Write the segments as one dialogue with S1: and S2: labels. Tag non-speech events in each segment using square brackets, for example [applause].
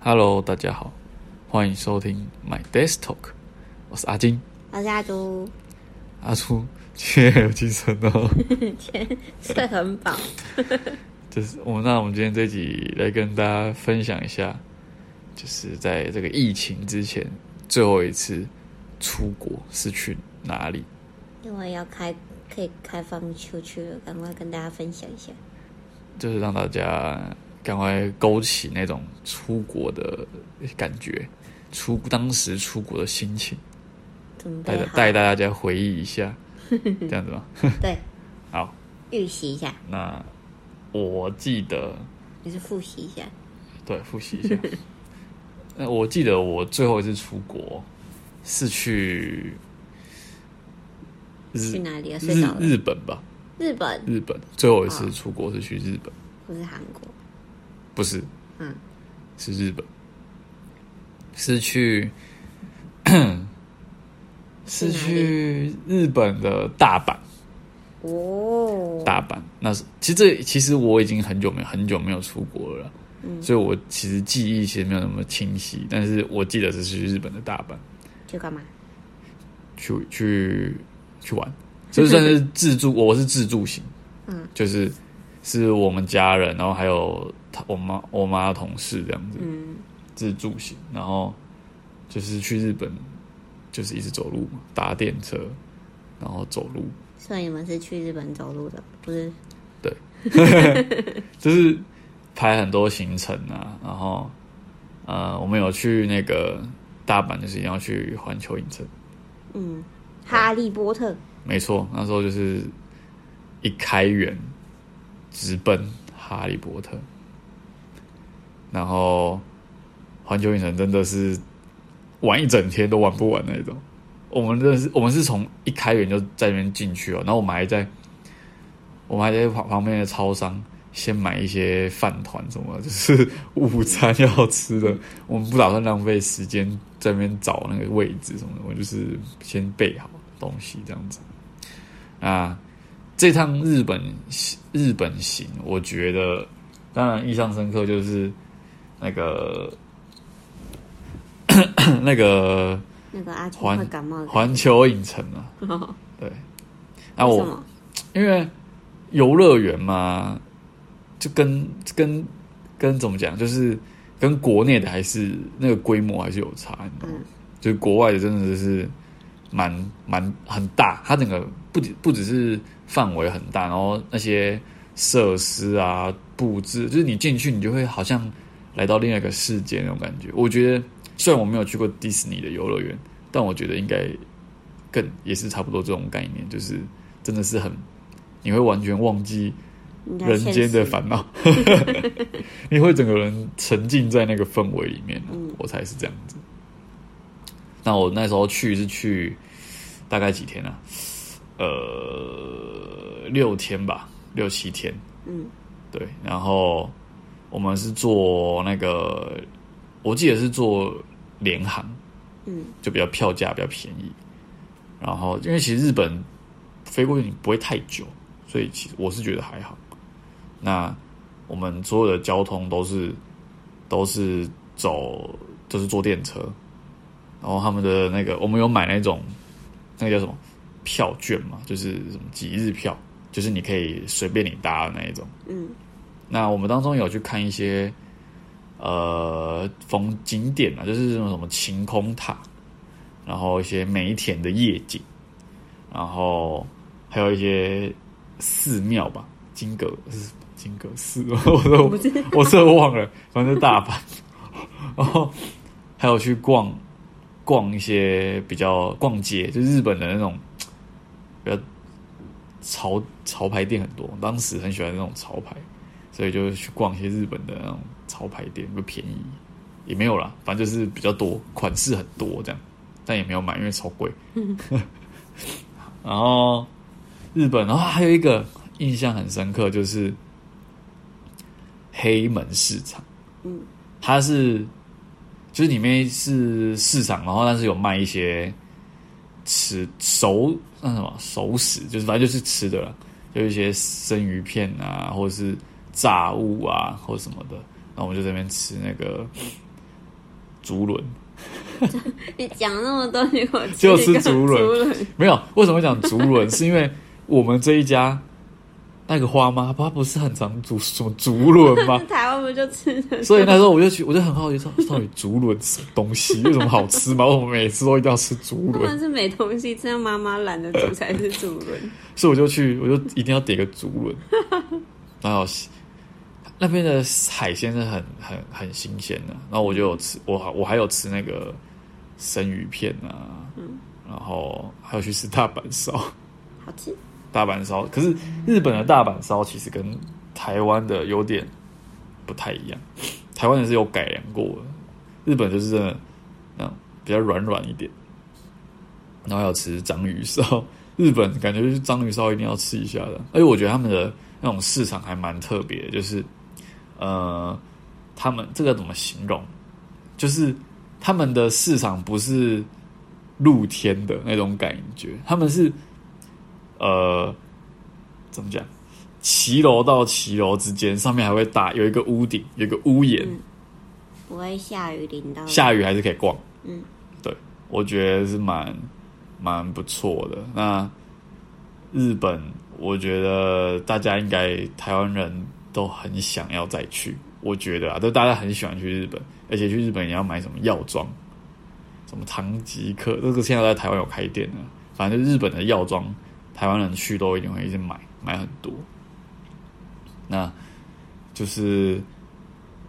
S1: Hello，大家好，欢迎收听 My Desk Talk，我是阿金。
S2: 我是阿朱，
S1: 阿 [laughs] 叔今天很有精神哦，
S2: 吃得很饱，
S1: 就是我们那我们今天这集来跟大家分享一下，就是在这个疫情之前最后一次出国是去哪里？
S2: 因为要开可以开放出去了，赶快跟大家分享一下。
S1: 就是让大家赶快勾起那种出国的感觉，出当时出国的心情，
S2: 准
S1: 带
S2: 备
S1: 着
S2: 好，
S1: 带大家回忆一下，这样子吗？
S2: 对，
S1: 好，
S2: 预习一下，
S1: 那我记得
S2: 你是复习一下，
S1: 对，复习
S2: [laughs]
S1: 一下。那我记得我最后一次出国是去日
S2: 去哪里啊？
S1: 日
S2: 睡着了。哦
S1: 日本吧，
S2: 日本
S1: 日本最后一次出国是去日本，
S2: 不是韩国，
S1: 不是，
S2: 嗯，
S1: 是日本，是去是去日本的大阪，
S2: 哦，
S1: 大阪。那是其实这其实我已经很久没有很久没有出国了啦，
S2: 嗯
S1: 所以我其实记忆其实没有那么清晰，但是我记得是去日本的大阪。
S2: 去干嘛？
S1: 去去去
S2: [laughs]
S1: 玩，这算是自助，我是自助型，
S2: 嗯，
S1: 就是是我们家人，然后还有他我妈我妈同事这样子，
S2: 嗯，
S1: 自助型，然后就是去日本，就是一直走路嘛，搭电车，然后走路，
S2: 所以你们是去日本走路的，不是？
S1: 就是排很多行程啊，然后呃，我们有去那个大阪，就是一定要去环球影城。
S2: 嗯，哈利波特，
S1: 没错，那时候就是一开园直奔哈利波特，然后环球影城真的是玩一整天都玩不完那种。我们认识，我们是从一开园就在那边进去哦，然后我们还在，我们还在旁旁边的超商先买一些饭团什么， [laughs] 就是午餐要吃的。我们不打算浪费时间在那边找那个位置什么的，我就是先备好东西这样子。啊，这趟日本日本行，我觉得当然印象深刻就是那个 [coughs] 那个
S2: 那个阿朱
S1: 环
S2: 会感冒的。
S1: 环球影城啊，对，啊
S2: 为什
S1: 我
S2: 么？
S1: 因为游乐园嘛，就跟跟跟怎么讲，就是跟国内的还是那个规模还是有差，你知道吗？
S2: 嗯
S1: 就是国外的真的是蛮蛮很大，它整个不只不只是范围很大，然后那些设施啊布置，就是你进去你就会好像来到另外一个世界那种感觉。我觉得虽然我没有去过迪士尼的游乐园，但我觉得应该更也是差不多这种概念，就是真的是很你会完全忘记
S2: 你在
S1: 人
S2: 现
S1: 间的
S2: 实
S1: 烦
S2: [laughs]
S1: 恼，你会整个人沉浸在那个氛围里面、啊
S2: 嗯。
S1: 我才是这样子。那我那时候去是去大概几天啊？呃，六天吧，六七天。
S2: 嗯，
S1: 对，然后我们是坐那个，我记得是坐联航，
S2: 嗯，
S1: 就比较票价比较便宜。然后因为其实日本飞过去你不会太久，所以其实我是觉得还好。那我们所有的交通都是都是走，就是坐电车，然后他们的那个我们有买那种那个叫什么票券嘛，就是什么几日票，就是你可以随便你搭的那一种。
S2: 嗯，
S1: 那我们当中有去看一些呃风景点啊，就是那种什么晴空塔，然后一些梅田的夜景，然后还有一些寺庙吧，金阁是金阁寺， [laughs] 我都
S2: 不是
S1: 我这忘了，反正是大阪。 [laughs] 然后还有去逛逛一些比较逛街，就是日本的那种比较潮潮牌店很多，当时很喜欢那种潮牌，所以就去逛一些日本的那种潮牌店，又便宜，也没有啦，反正就是比较多款式很多这样，但也没有买，因为超贵。 [laughs] 然后日本，然后还有一个印象很深刻就是黑门市场，
S2: 嗯，
S1: 它是就是里面是市场，然后但是有卖一些吃熟那什么熟食，就是反正就是吃的了，就一些生鱼片啊，或者是炸物啊，或者什么的。然后我们就在那边吃那个竹轮，
S2: 你讲那么多，结果
S1: 就
S2: 吃一
S1: 是
S2: 个
S1: 竹
S2: 竹
S1: 轮
S2: 轮，
S1: 没有，为什么会讲竹轮？是因为我们这一家那个花妈，她不是很常煮什么竹轮吗
S2: [laughs] 那？台湾不就吃的？
S1: 所以那时候我就去，我就很好奇说，到底竹轮什么东西？有什么好吃吗？为什么每次都一定要吃竹
S2: 他
S1: 轮
S2: 们？是没东西吃，妈妈懒得煮才是竹轮。
S1: 所以我就去，我就一定要点个竹轮， [laughs] 然后那边的海鲜是很很很新鲜的、然后我就有吃，我还我还有吃那个生鱼片啊，然后还有去吃大阪烧，
S2: 好吃，
S1: 大阪烧。可是日本的大阪烧其实跟台湾的有点不太一样，台湾的是有改良过的，日本就是真的嗯比较软软一点，然后还有吃章鱼烧， [laughs] 日本感觉就是章鱼烧一定要吃一下的，而且我觉得他们的那种市场还蛮特别的，就是呃他们这个怎么形容，就是他们的市场不是。露天的那种感觉，他们是呃，怎么讲？骑楼到骑楼之间，上面还会搭有一个屋顶，有一个屋檐，
S2: 嗯不会下雨淋到。
S1: 下雨还是可以逛。
S2: 嗯，
S1: 对，我觉得是蛮蛮不错的。那日本，我觉得大家应该台湾人都很想要再去。我觉得啊，都大家很喜欢去日本，而且去日本也要买什么药妆，什么唐吉诃，这个现在在台湾有开店的，反正就日本的药妆，台湾人去都一定会一直买，买很多。那就是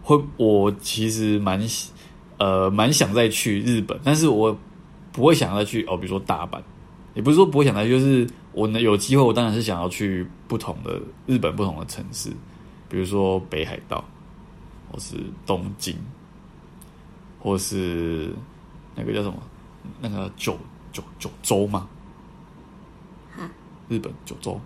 S1: 会，我其实蛮喜。呃，蛮想再去日本，但是我不会想再去哦，比如说大阪，也不是说不会想再去，就是我能有机会，我当然是想要去不同的日本不同的城市，比如说北海道，或是东京，或是那个叫什么，那个九九九州嘛，
S2: 哈，
S1: 日本九州，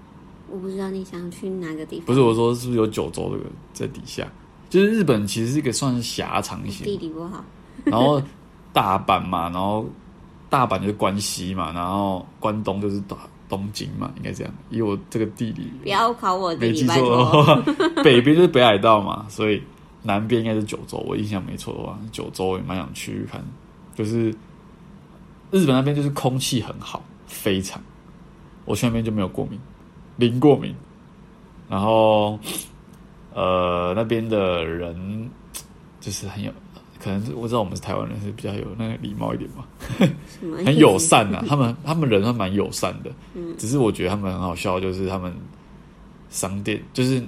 S2: 我不知道你想去哪个地方。
S1: 不是我说是不是有九州这个在底下，就是日本其实是一个算是狭长型的
S2: 地理不好，
S1: 然后大阪嘛，然后大阪就是关西嘛，然后关东就是东东京嘛，应该这样。以我这个地理
S2: [laughs] 不要考我地
S1: 没
S2: 理，
S1: 记
S2: 拜
S1: 错的
S2: 托。
S1: 话，北边就是北海道嘛，所以南边应该是九州。我印象没错的话，九州我也蛮想去看，就是日本那边就是空气很好，非常。我去那边就没有过敏，零过敏。然后，呃，那边的人就是很有，可能是我知道我们是台湾人是比较有那个礼貌一点嘛，
S2: 什么
S1: [laughs]
S2: 意思
S1: 很友善
S2: [laughs]
S1: 呐、他们他们人还蛮友善的，
S2: 嗯
S1: 只是我觉得他们很好笑，就是他们商店，就是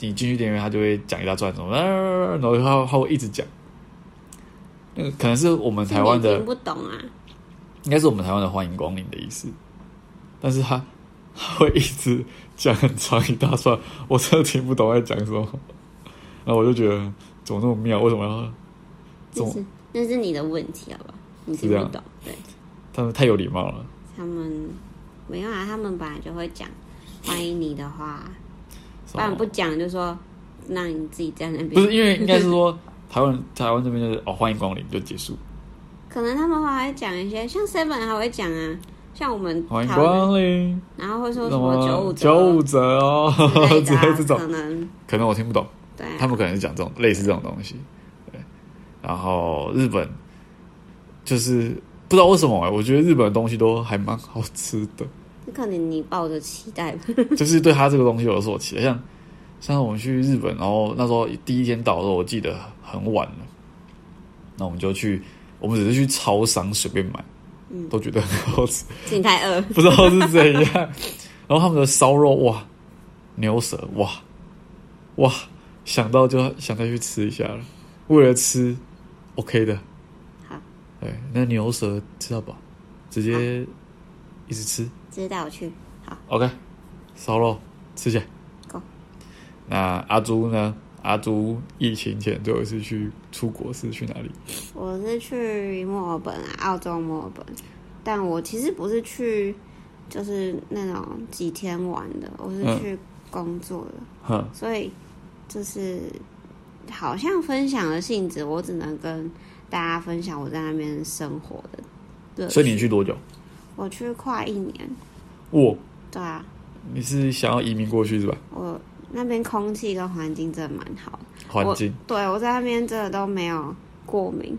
S1: 你进去店员，他就会讲一大串什么，呃然后他他会一直讲，那个可能是我们
S2: 是
S1: 台湾
S2: 你
S1: 的
S2: 听不懂啊，
S1: 应该是我们台湾的欢迎光临的意思，但是他他会一直讲很长一大串，我真的听不懂在讲什么，然后我就觉得怎么那么妙，为什么要这
S2: 那
S1: 种
S2: 是那是你的问题，好吧？你听
S1: 是这
S2: 不
S1: 样
S2: 懂，对
S1: 他们太有礼貌了？
S2: 他们没有啊，他们本来就会讲，欢迎你的话，
S1: 什
S2: 不
S1: 么
S2: 然不讲就说让你自己在那边。
S1: 不是因为应该是说台湾台湾这边就是哦欢迎光临就结束，
S2: [laughs] 可能他们还会讲一些，像 Seven 还会讲啊，像我们
S1: 欢迎
S2: 台湾，
S1: 光临，
S2: 然后会说
S1: 什
S2: 什么九五
S1: 么九五折哦，
S2: 之
S1: [laughs] 之类
S2: 类
S1: 这
S2: 的、
S1: 种
S2: 啊，可，能
S1: 可能我听不懂。
S2: 对啊、
S1: 他们可能是讲这种类似这种东西，对。然后日本就是不知道为什么、欸，我觉得日本的东西都还蛮好吃的， [laughs]
S2: 可能你抱着期待吧，
S1: 就是对它这个东西有所期待。像像我们去日本，然后那时候第一天到的时候，我记得很晚了，那我们就去，我们只是去超商随便买，
S2: 嗯
S1: 都觉得很好吃，
S2: 是你太饿， [laughs]
S1: 不知道是怎样。然后他们的烧肉哇，牛舌哇哇，想到就想再去吃一下了。为了吃，OK 的。
S2: 好，
S1: 对，那牛舌吃到饱，直接一直吃。
S2: 直接带我去，好，
S1: OK，烧肉吃起来
S2: Go。
S1: 那阿朱呢？阿朱疫情前最后一次去出国是去哪里？
S2: 我是去墨尔本啊，澳洲墨尔本，但我其实不是去就是那种几天玩的，我是
S1: 嗯
S2: 去工作的，
S1: 哼，
S2: 所以就是好像分享的性质，我只能跟大家分享我在那边生活的乐趣。
S1: 所以你去多久？
S2: 我去快一年，
S1: 我，
S2: 对啊，
S1: 你是想要移民过去是吧？
S2: 我那边空气跟环境真的蛮好的。
S1: 环境
S2: 我对我在那边真的都没有过敏，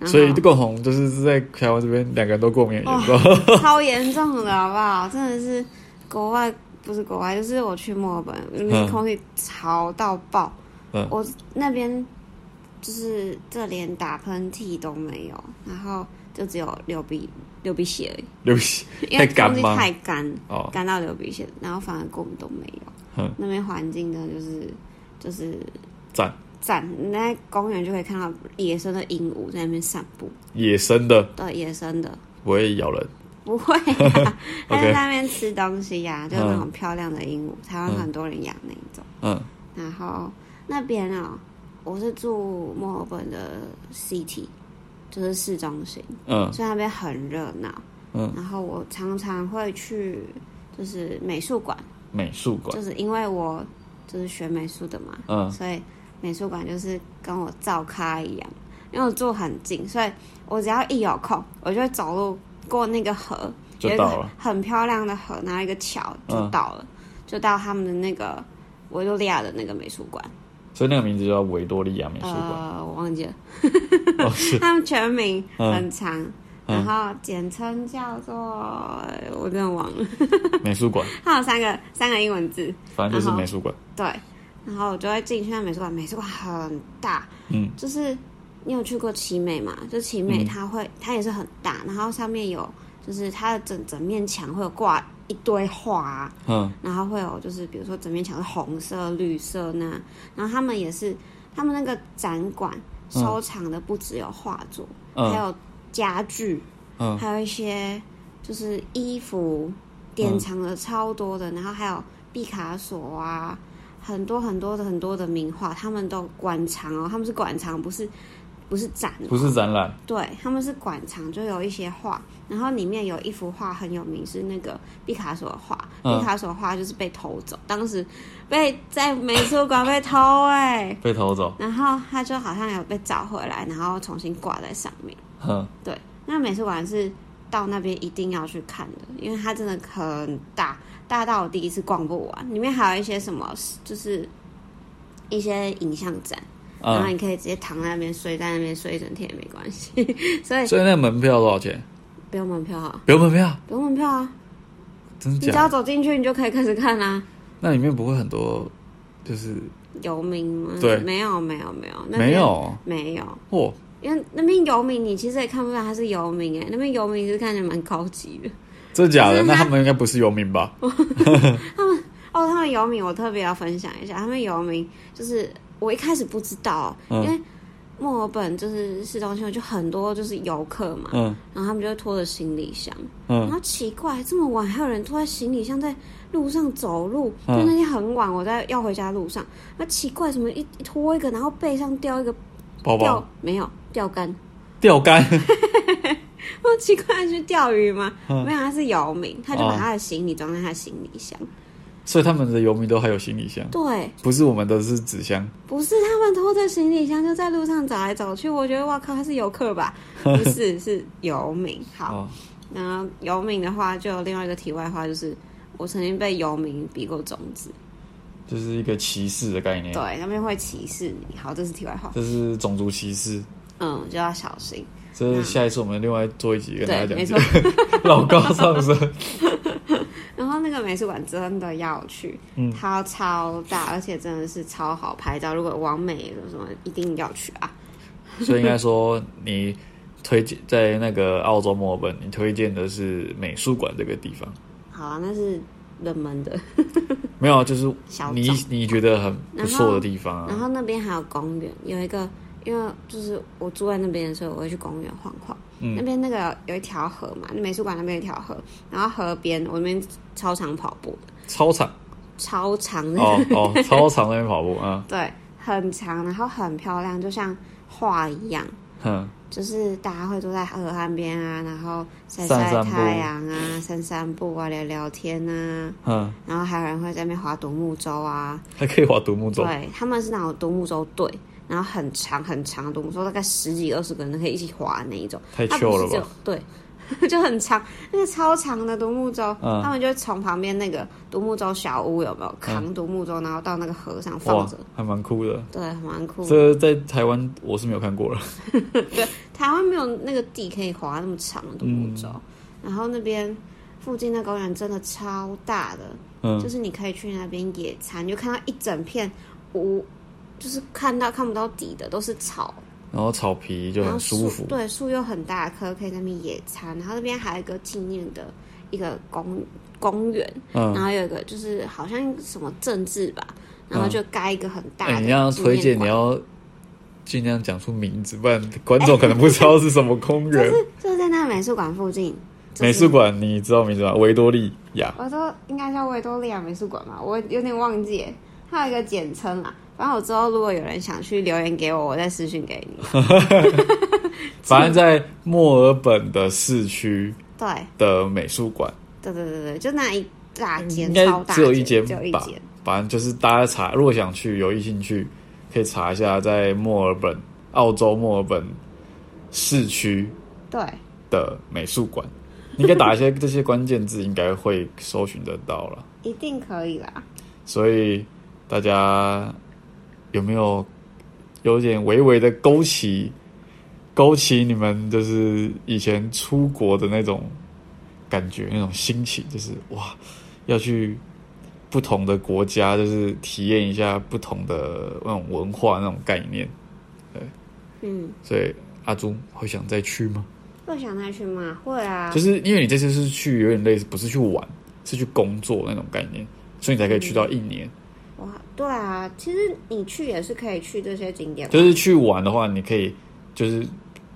S2: 然后
S1: 所以 [laughs] 共同就是在台湾这边两个人都过敏，
S2: 哦
S1: 严重。
S2: 超严重的，好不好？真的是国外不是国外，就是我去墨尔本，那边空气潮到爆，
S1: 嗯
S2: 我那边就是这连打喷嚏都没有，然后就只有流鼻流鼻血而已，
S1: [laughs] 流血
S2: 因为
S1: 太干
S2: 空气
S1: 吗
S2: 太干，
S1: 哦，
S2: 干到流鼻血，然后反而过敏都没有
S1: 嗯。
S2: 那边环境呢，就是就是
S1: 赞
S2: 站，你在公园就可以看到野生的鹦鹉在那边散步，
S1: 野生的
S2: 对，野生的。
S1: 不会咬人，
S2: 不会、啊，它
S1: [laughs] OK
S2: 在那边吃东西呀、就那
S1: 嗯
S2: 种漂亮的鹦鹉，台湾
S1: 嗯
S2: 很多人养那一种。
S1: 嗯
S2: 然后那边啊、我是住墨尔本的 city，就是市中心，
S1: 嗯
S2: 所以那边很热闹。
S1: 嗯，
S2: 然后我常常会去，就是美术馆，
S1: 美术馆，
S2: 就是因为我就是学美术的嘛，
S1: 嗯
S2: 所以美术馆就是跟我照咖一样，因为我住很近，所以我只要一有空，我就会走路过那个河，
S1: 就
S2: 有一
S1: 到
S2: 个
S1: 了
S2: 很漂亮的河，然后一个桥就
S1: 嗯
S2: 到了，就到他们的那个维多利亚的那个美术馆，
S1: 所以那个名字叫维多利亚美术馆，
S2: 呃，我忘记了，
S1: 哦是，
S2: [laughs] 他们全名
S1: 嗯
S2: 很长。然
S1: 嗯
S2: 后简称叫做，我真的忘了，
S1: 美术馆，
S2: 它有三个三个英文字，
S1: 反正就是
S2: 然后
S1: 美术馆，
S2: 对。然后我就会进去那美术馆，美术馆很大，
S1: 嗯，
S2: 就是你有去过奇美嘛？就奇美
S1: 嗯
S2: 它会，它也是很大，然后上面有就是它的整整面墙会有挂一堆花啊，
S1: 嗯
S2: 然后会有就是比如说整面墙是红色、绿色那，然后他们也是他们那个展馆
S1: 嗯
S2: 收藏的不只有画作，还
S1: 嗯
S2: 有家具，
S1: 嗯
S2: 还有一些就是衣服，典藏了超多的，然后还有毕卡索啊，很多很多的很多的名画，他们都馆藏哦，他们是馆藏，不是不是展哦，
S1: 不是展览，
S2: 对，他们是馆藏，就有一些画，然后里面有一幅画很有名，是那个毕卡索的画，
S1: 嗯
S2: 毕卡索的画就是被偷走，当时被在美术馆被偷哎、
S1: 被偷走，
S2: 然后他就好像有被找回来，然后重新挂在上面。
S1: 嗯
S2: 对，那美术馆是到那边一定要去看的，因为它真的很大，大到我第一次逛不完。里面还有一些什么，就是一些影像展，然后
S1: 嗯，
S2: 你可以直接躺在那边睡，在那边睡一整天也没关系。 [laughs] 所以
S1: 所以那门票多少钱？
S2: 不用门票啊，
S1: 不用门票，
S2: 不用门票啊，
S1: 真
S2: 你只
S1: 假
S2: 要
S1: 的？
S2: 走进去，你就可以开始看啦、
S1: 那里面不会很多，就是
S2: 游民吗？
S1: 对
S2: 没有没有没有，那边
S1: 没有
S2: 没有。
S1: 哦，
S2: 因为那边游民，你其实也看不出来他是游民哎、那边游民是看起来蛮高级的。
S1: 真假的？
S2: 可是
S1: 那
S2: 它
S1: 他们应该不是游民吧？
S2: 哦，他们游民我特别要分享一下，他们游民就是我一开始不知道，
S1: 嗯
S2: 因为墨尔本就是市中心就很多就是游客嘛，
S1: 嗯
S2: 然后他们就会拖着行李箱，然
S1: 嗯
S2: 后奇怪这么晚还有人拖着行李箱在路上走路，
S1: 嗯
S2: 就那天很晚我在要回家路上，那奇怪怎么一一拖一个，然后背上吊一个
S1: 包
S2: 吊
S1: 包
S2: 没有钓竿， [laughs]
S1: 钓竿，
S2: 我奇怪去钓鱼吗？
S1: 嗯
S2: 没有，他是游民，他就把
S1: 哦
S2: 他的行李装在他的行李箱，
S1: [laughs] 所以他们的游民都还有行李箱，
S2: 对。
S1: 不是我们的是纸箱。
S2: 不是他们拖着行李箱就在路上找来找去，我觉得哇靠，他是游
S1: [laughs]
S2: 客吧？不是，是游民。好，
S1: 哦，
S2: 然后游民的话，就有另外一个题外话，就是我曾经被游民比过种子，
S1: 就是一个歧视的概念，
S2: 对，那边会歧视你。好，这是题外话，
S1: 这是种族歧视。
S2: 嗯，就要小心。
S1: 这是下一次我们另外做一集跟大家
S2: 对，没
S1: 讲
S2: 错
S1: 解。。 [laughs] 老高上
S2: [laughs]
S1: 身，
S2: 然后那个美术馆真的要去，
S1: 嗯
S2: 它超大，而且真的是超好拍照。如果完美的什么，一定要去啊！
S1: 所以应该说你推荐在那个澳洲墨尔本，你推荐的是美术馆这个地方，
S2: 好啊，那是冷门的。
S1: 没有啊，就是
S2: 小
S1: 你
S2: 众
S1: 你觉得很不错的地方
S2: 然
S1: 啊，
S2: 后那边还有公园，有一个，因为就是我住在那边的时候，我会去公园晃晃。
S1: 嗯
S2: 那边那个有一条河嘛，美术馆那边有一条河，然后河边我那边超常跑步的，
S1: 操场
S2: 超长的，
S1: 哦哦，操场那边跑步啊，
S2: [laughs] 对，很长，然后很漂亮，就像画一样。
S1: 哼，
S2: 就是大家会坐在河岸边啊，然后晒
S1: 散
S2: 晒
S1: 散步
S2: 太阳啊，散散步啊，聊聊天啊，
S1: 哼，
S2: 然后还有人会在那边划独木舟啊，
S1: 还可以划独木舟，
S2: 对，他们是那种独木舟队，然后很长很长的独木舟，大概十几二十个人可以一起划那一种。
S1: 太
S2: 它
S1: 糗
S2: 不
S1: 了
S2: 是只有
S1: 吧？
S2: 对， [laughs] 就很长，那个超长的独木舟，
S1: 嗯
S2: 他们就从旁边那个独木舟小屋有没有扛独木舟，然后到那个河上放
S1: 哇
S2: 着，，嗯
S1: 还蛮酷的。
S2: 对，蛮酷的。
S1: 这在台湾我是没有看过了，
S2: 台湾没有那个地可以划那么长的独木
S1: 嗯
S2: 舟，然后那边附近的公园真的超大的，
S1: 嗯
S2: 就是你可以去那边野餐，你就看到一整片无，就是看到看不到底的都是草，
S1: 然后草皮就
S2: 然后
S1: 很舒
S2: 树
S1: 服，
S2: 对，树又很大棵，可以在那边野餐。然后那边还有一个纪念的一个公公园，
S1: 嗯，
S2: 然后有一个就是好像什么政治吧，然后
S1: 嗯
S2: 就盖一个很大
S1: 哎，
S2: 的、
S1: 你要推荐你。要尽量讲出名字，不然观众可能不知道是什么公园。
S2: 就是在那个美术馆附近，就是
S1: 美术馆你知道名字吗？维多利亚。
S2: 我说应该叫维多利亚美术馆吧，我有点忘记耶，它有一个简称啦。反正我之后如果有人想去留言给我，我再私讯给你。
S1: 反正在墨尔本的市区
S2: 对，
S1: 的美术馆，
S2: 对对对对，就那一大间
S1: 应该
S2: 超大，
S1: 只有一间，
S2: 间只有一
S1: 吧
S2: 间。
S1: 反正就是大家查，如果想去有意兴趣，可以查一下在墨尔本，澳洲墨尔本市区
S2: 对，
S1: 的美术馆。你可以打一些这些关键字，应该会搜寻得到了。
S2: 一定可以啦。
S1: 所以大家有没有有点微微的勾起勾起你们就是以前出国的那种感觉，那种心情，就是哇，要去不同的国家，就是体验一下不同的那种文化那种概念。
S2: 嗯，
S1: 所以阿朱会想再去吗？
S2: 会想再去吗？会啊
S1: 就。是因为你这次是去有点类似，不是去玩，是去工作那种概念，所以你才可以去到一年。
S2: 哇，对啊，其实你去也是可以去这些景点玩，
S1: 就是去玩的话，你可以就是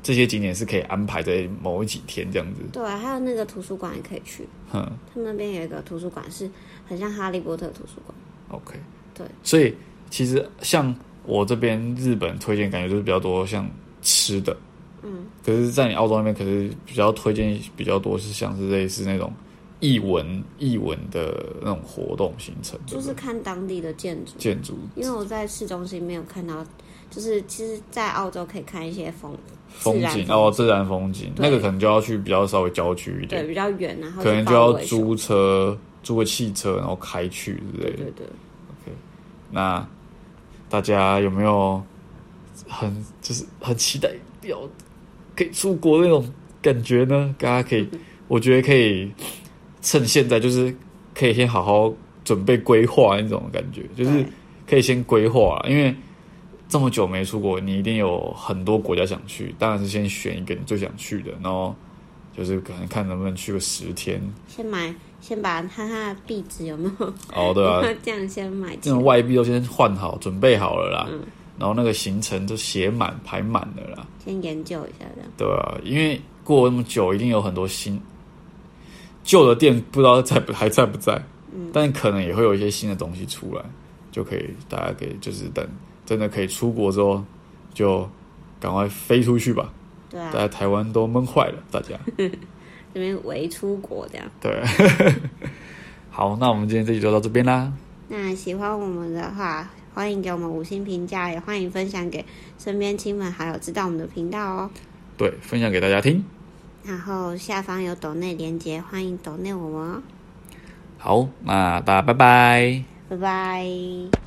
S1: 这些景点是可以安排在某几天这样子。
S2: 对啊，还有那个图书馆也可以去，
S1: 哼
S2: 他们那边有一个图书馆是很像哈利波特图书馆。
S1: ，OK，
S2: 对，
S1: 所以其实像我这边日本推荐，感觉就是比较多像吃的。
S2: 嗯，
S1: 可是，在你澳洲那边，可是比较推荐比较多是像是类似那种艺文、艺文的那种活动行程，
S2: 就是看当地的建筑。
S1: 建筑。
S2: 因为我在市中心没有看到，就是其实，在澳洲可以看一些风，
S1: 风
S2: 自然
S1: 景
S2: 风
S1: 哦，自然风景，
S2: 对
S1: 那个可能就要去比较稍微郊区一
S2: 对，
S1: 点，
S2: 比较远，然后
S1: 可能
S2: 就
S1: 就要
S2: 包围什么，
S1: 租车，租个汽车，然后开去之类
S2: 对
S1: 的。
S2: 对对，
S1: 那大家有没有很就是很期待要可以出国那种感觉呢？大家可以，我觉得可以趁现在，就是可以先好好准备规划那种感觉，就是
S2: 对
S1: 可以先规划，因为这么久没出国，你一定有很多国家想去，当然是先选一个你最想去的，然后就是可能看能不能去个十天，
S2: 先买，先把哈哈的壁纸有没有？
S1: 哦，对
S2: [laughs]
S1: 啊，
S2: 这样先买
S1: 这
S2: 起来
S1: 种外币都先换好，准备好了啦，然后那个行程都写满排满了啦，
S2: 先研究一下这样。
S1: 对啊，因为过那么久，一定有很多新旧的店不知道在不还在不在，但可能也会有一些新的东西出来，就可以大家可以就是等真的可以出国之后，就赶快飞出去吧，
S2: 对
S1: 大
S2: 啊，
S1: 家台湾都闷坏了，大家
S2: 这边围出国这样。
S1: 对， [laughs] 好，那我们今天这集就到这边啦，
S2: 那喜欢我们的话，欢迎给我们五星评价，也欢迎分享给身边亲朋好友知道我们的频道哦。
S1: 对，分享给大家听。
S2: 然后下方有抖内连接，欢迎抖内我们哦，
S1: 好，那大家拜拜。
S2: 拜拜。